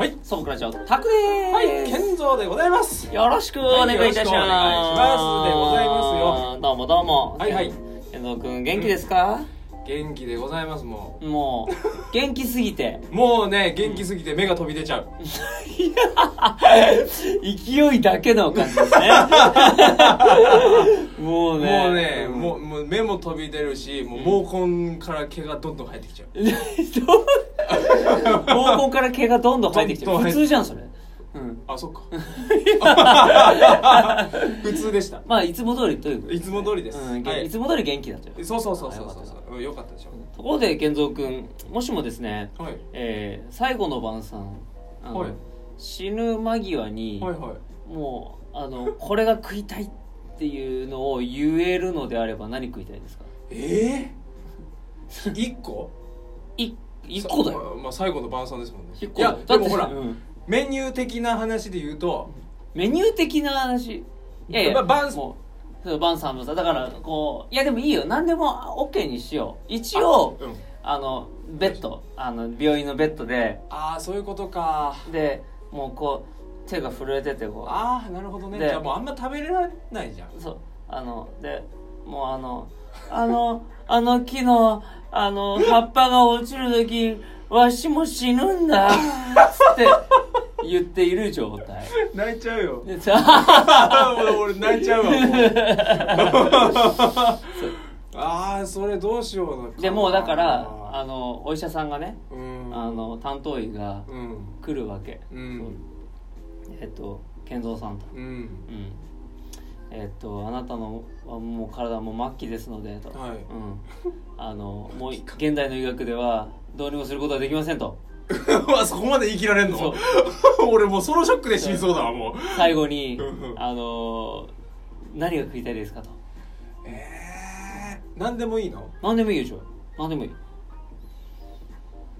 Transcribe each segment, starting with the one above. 長タクですはい、健三でございます。よろしくお願いいたします、はいよろしくお願いしますでございよますどうもどうもはいはい遠藤君元気ですか、元気でございます、ももう元気すぎてう。もうね、元気すぎて目が飛び出ちゃう。勢いだけの感じです ねもうねもうね、もう、もう目も飛び出るし、もう毛根から毛がどんどん生えてきちゃう。どう膀胱から毛がどんどん生えてきてるどんどん普生え通じゃんそれ、うん、あ、そっか。 普通でした。まあいつも通りといういつも通りです。うんはいいつも通り元気だというそうそうそうそあよかったうよかっそう。よかったでしょ。ところで健三君もしもですね、はい。えー最後の晩餐あの、はい死ぬ間際に、はいはい。もうあのこれが食いたいっていうのを言えるのであれば何食いたいですかええ一個い一個だよまあまあ最後の晩餐ですもんね。一個いや、でもほらう、んメニュー的な話で言うと、メニュー的な話いやいやまあバンもうそうバンさんもさだからこういやでもいいよ何でも OK にしよう一応うん。あのベッドあの病院のベッドでああそういうことかでもうこう手が震えててこうああなるほどねでじゃあもうあんま食べられないじゃんそうあのでもうあのあのあの木のあの葉っぱが落ちる時わしも死ぬんだつって言っている状態 泣いちゃうよでさ 俺俺泣いちゃうわもう ああそれどうしようなでもうだからああのお医者さんがねうあんの担当医がうん来るわけ、うんそうえっと健三さんと、うんうん、えっとあなたのはもう体はもう末期ですのでと、はい うん、あのもう現代の医学ではどうにもすることはできませんとうわそこまで言い切られんそのう 俺もうソロショックで死にそうだわもう最後にうんうんあの何が食いたいですかとえー何でもいいの何でもいいでしょ何でもいい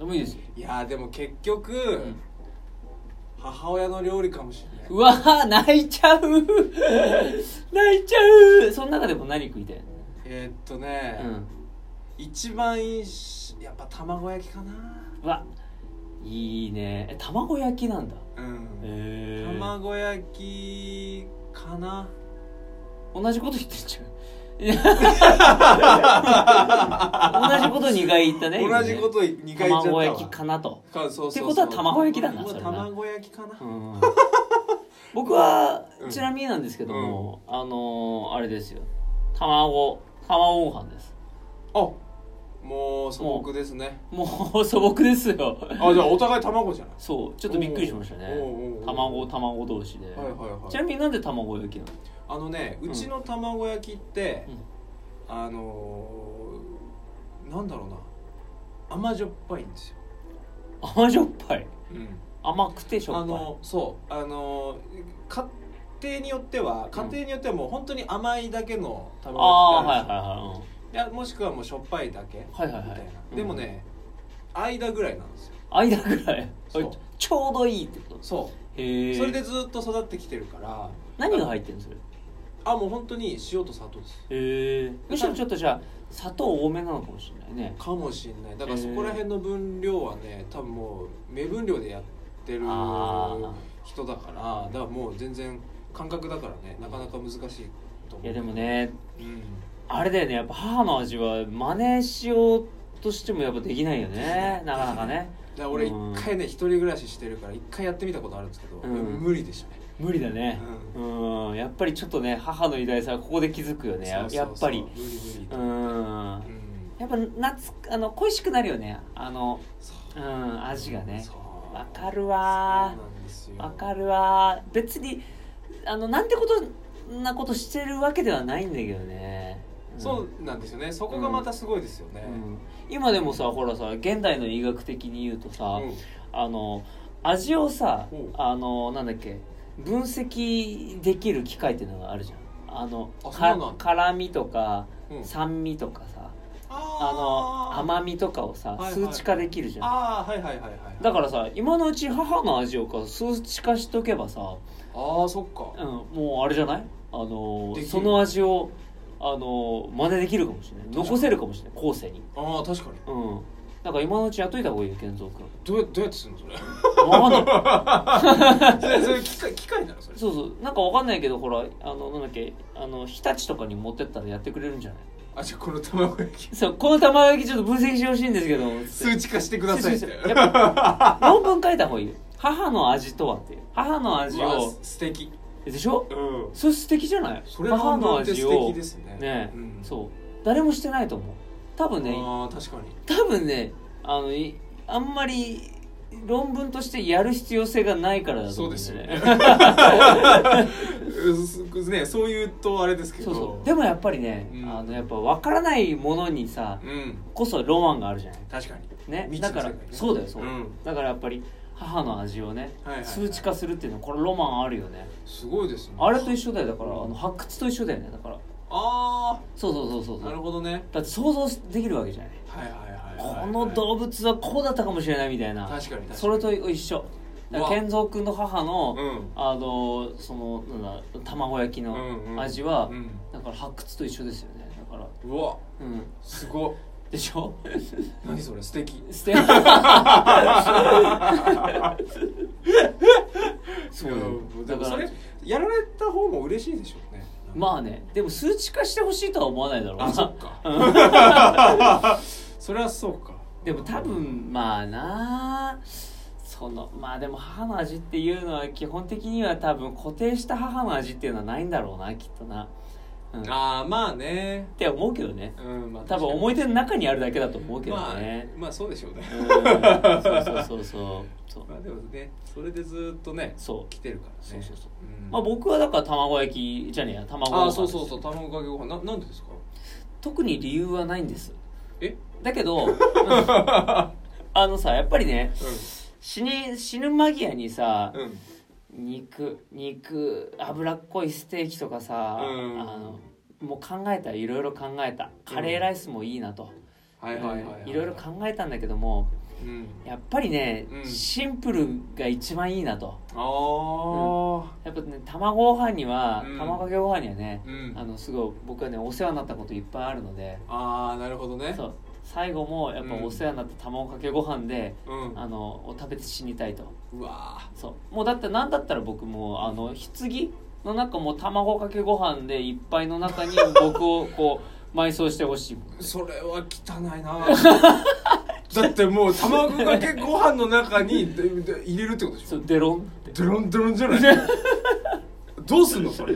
でもいいですよいやーでも結局、ん母親の料理かもしれないうわー泣いちゃう泣いちゃうその中でも何食いたい、えーっとね、うん、一番いいしやっぱ卵焼きかなうわいいねえ卵焼きなんだうんへえ卵焼きかな同じこと言ってんじ ゃん同じこと2回言ったね同じこと2回言っちゃったわ卵焼きかなと、かそうそうそうってことは卵焼きだなまあそれな卵焼きかなうん僕はうんちなみになんですけども、あのーあれですよ卵卵ご飯ですあもう素朴ですねもう素朴ですよあじゃあお互い卵じゃないそうちょっとびっくりしましたねおうおうおう卵卵同士で、はいはいちはないみになんで卵焼きなのあのねううんちの卵焼きって、うんあのー、なんだろうな甘じょっぱいんですよ、甘じょっぱいうん甘くてしょっぱいあのそうあの家庭によっては家庭によってはもう本当に甘いだけの食べ物あーがはあいるんではすよいやもしくはもうしょっぱいだけみはいうんはいたはいいな、はいでもね間ぐらいなんですよ間ぐらいそうちょうどいいってこそとへえうそれでずっと育ってきてるから何が入ってるのそれあもう本当に塩と砂糖ですへえむしろちょっとじゃあ砂糖多めなのかもしれないねかもしんないだからそこら辺の分量はね多分もう目分量でやってるあー人だからだからもう全然感覚だからねなかなか難しいと思ういやでもねうんあれだよねやっぱ母の味は真似しようとしてもやっぱできないよねなかなかねだから俺一うん回ね一人暮らししてるから一回やってみたことあるんですけど、うん無理でしたね無理だねうんやっぱりちょっとね母の偉大さはここで気づくよねやそうそうそうやっぱり無理無理うと、んうんやっぱ夏あの恋しくなるよねあのそうん味がうねそうわかるわーそうなんですよわかるわ別にあのなんてことなことしてるわけではないんだけどね、んそうなんですよねそこがまたすごいですよね、うん今でもさほらさ現代の医学的に言うとさ、うんあの味をさおうあのなんだっけ分析できる機械っていうのがあるじゃんあのあそうなかんだ辛みとか、うん酸味とかさああのー甘みとかをさ、はいはい数値化できるじゃんあーはいはいはいはいだからさ今のうち母の味をか数値化しとけばさ、ああそっかうん、もうあれじゃないあのできるその味をあの真似できるかもしれない残せるかもしれない後世にああ確かにうんだから今のうちやっといた方がいいよ健三君どうやどうやってする のそれわかん ないそれそれ機械機械なのそれそうそうなんかわかんないけどほらあのなんだっけあの日立とかに持ってったらやってくれるんじゃないあじゃあこの卵焼きそうこの玉焼きちょっと分析してほしいんですけどつって数値化してくださいっそてうそう そうやっ ぱ論文書いた方がいいよ母の味とはっていう母の味わあをす素敵でしょうんそれ素敵じゃないそれ母ののって味素を敵ですねね、うんそう誰もしてないと思う多分ねああ確かに多分ねあのいあんまり論文としてやる必要性がないからだとそ思ううんでだすよよね ねうんねそう言うとあれですけそどうそうでもやっぱりね、うんあのやっぱ分からないものにさうんこそロマンがあるじゃない確かにね未知のだから、世界ねそうだよそう、うんだからやっぱり母の味をね、はいはいはい数値化するっていうのはこれロマンあるよねすごいですねあれと一緒だよだからあの発掘と一緒だよねだからあそうそうそうそうあそなるうほどねだって想像できるわけじゃないはいはいはいこはいの動物はこうだったかもしれないみたいな確かに確かにそれと一緒だうかわら健三君の母の、うんあのそのなんだ卵焼きのうんうん味は、うんだから発掘と一緒ですよねだからうわうんすごっでしょ 何それ素敵捨てそうだよ うんでだもかそられやられた方も嬉しいでしょうね まあねでも数値化してほしいとは思わないだろうあそなっかそれはそうか でも多分まあなそのまあでも母の味っていうのは基本的には多分固定した母の味っていうのはないんだろうなきっとな、うん、っああまあねて思うけどねうんまあ多分思い出の中にあるだけだと思うけどまあね、まあそうでしょうね うんそうそうそうそうそうまあでもねそれでずっとねそう来てるからねそうそうそうんまあ僕はだから卵焼きじゃねえや卵あご飯あそうそうですそう卵かけご飯ななんでですか特に理由はないんですえだけ どあのさやっぱりね死に死ぬ間際にさ、うんうん肉肉脂っこいステーキとかさ、うんあのもう考えたいろいろ考えたカレーライスもいいなと、はいはいはいいろいろ考えたんだけどもうんやっぱりね、うんシンプルが一番いいなとあやっぱね卵ご飯には、うん卵かけご飯にはねあ、うんあのすごい僕はねお世話になったこといっぱいあるのでああなるほどねそう最後もやっぱうんお世話になった卵かけご飯で、うんあのを食べて死にたいとうわそうもうだって何だったら僕もあの棺の中も卵かけご飯でいっぱいの中に僕をこう埋葬してほしいーそれは汚いな だってもう卵かけご飯の中にでで入れるってことでしそょうデロンってドロンドロンじゃ ないどうすんのそれ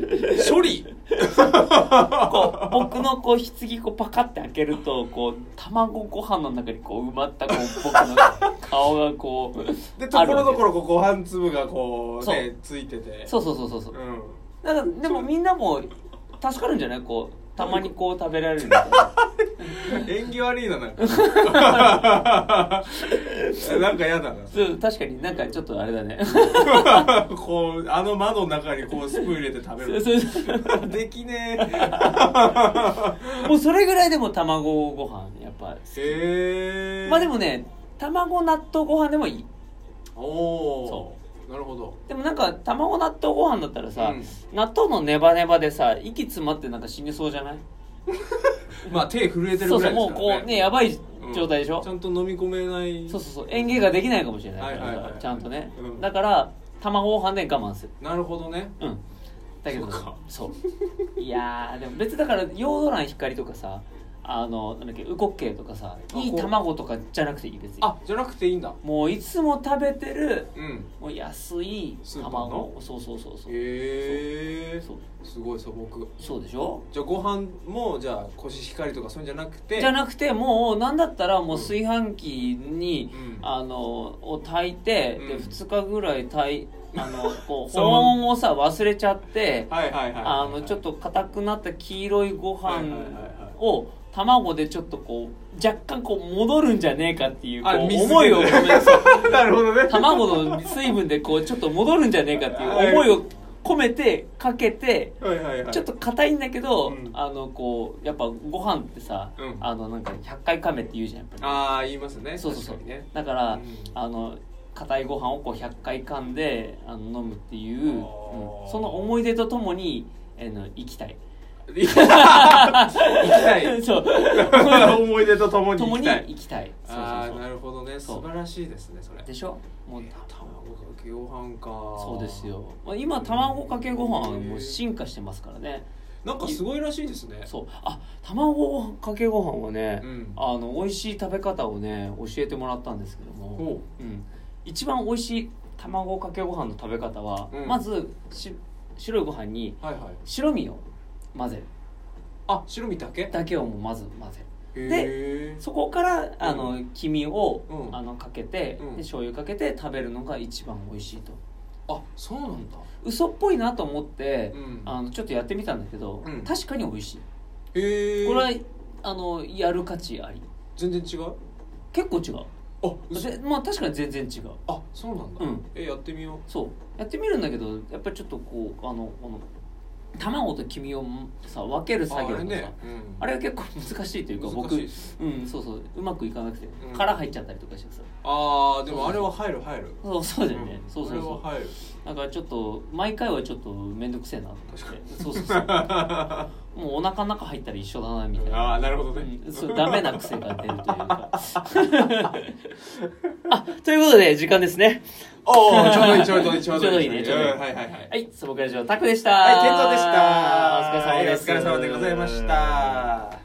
処理こう僕のこう棺こうパカって開けるとこう卵ご飯の中にこう埋まったこう僕の顔がこうでところどころろこうご飯粒がこうそねついててそうそうそうそうそううんだからでもみんなも助かるんじゃないこうたまにこう食べられるみたいな縁起悪いななんか なんか嫌だなそう確かになんかちょっとあれだね こうあの窓の中にこうスプーン入れて食べそうるそうそう できね えもうそれぐらいでも卵ご飯やっぱへえまあでもね卵納豆ご飯でもいいおそおなるほどでもなんか卵納豆ご飯だったらさ、うん納豆のネバネバでさ息詰まってなんか死にそうじゃないまあ手震えてるそうぐそらういもうですからねこうねやばい状態でしょ、ちゃんと飲み込めないそうそうそう演芸ができないかもしれないからさ、はいはいはいちゃんとね、うんだから卵ご飯で我慢するなるほどねうんだけどそうかそういやーでも別にだからヨードラン光とかさあのなんだっけウコッケイとかさあいいこう卵とかじゃなくていい別にあじゃなくていいんだもういつも食べてるうんもう安いスーパーの卵そうそうそうそうへえそうすごい素朴そうでしょじゃあご飯もじゃあコシヒカリとかそういうんじゃなくてじゃなくてもう何だったらもう炊飯器に、うんあのを炊いて、うんで2日ぐらい炊 いあのこうそ保う温をさ忘れちゃってはいはいはいはいあのちょっと硬くなった黄色いごは飯いはいはいはいを卵でちょっとこう若干こう戻るんじゃねえかっていうこうあ水思いをで込めてそう なるほ どね卵の水分でこうちょっと戻るんじゃねえかっていう思いを込めてかけてはいはいはいちょっと硬いんだけど、うんあのこうやっぱご飯ってさ、うんあのなんか100回噛めって言うじゃんやっぱりああ言いますねそうそうそう、確かにねだから、うんあの硬いご飯をこう100回噛んであの飲むっていう、うんあーその思い出とともに、えーの生きたい行きた いそう思い出とともに行共きにた行いきたいそうあそあうなるほどねそう素晴らしいですねそれそうでしょもうえー卵かけご飯かそうですよまあ今卵かけご飯はもう進化してますからねなんかすごいらしいですねそうあ卵かけご飯はね、うんあの美味しい食べ方をね教えてもらったんですけども、ほうん、一番美味しい卵かけご飯の食べ方は、うんまずし白いご飯にうはいはい白身を混ぜるあ白身だけだけをもうまず混ぜるでそこからあの、う黄身を、うんあのかけて、うんで醤油かけて食べるのが一番美味しいとあそうなんだ嘘っぽいなと思って、うんあのちょっとやってみたんだけど、うん確かに美味しいへえこれはあのやる価値あり全然違う結構違うあ嘘でまあ確かに全然違うあそうなんだうんえやってみようそうやってみるんだけどやっぱりちょっとこうあのこの卵と黄身をさ分ける作ああ業とれかさあれ,、ねうんは結構難しいというか難僕しいうですんそうそううまくいかなくて、うん殻入っちゃったりとかしてさああでもあれは入る入るそうそうだよね、んそうそうそうあれは入るだからちょっと毎回はちょっと面倒くせえなと思ってそうそうそうもうお腹の中入ったら一緒だなみたいなああなるほどねうんそうダメな癖が出るというか あということで時間ですねおおちょうどいいちょう どいいちょうどいちょういどいいねちょうどいいんはいはいはいはい素朴ラジオタクでしたはい、健三でした。お疲れ様ですはいお疲れ様でございました。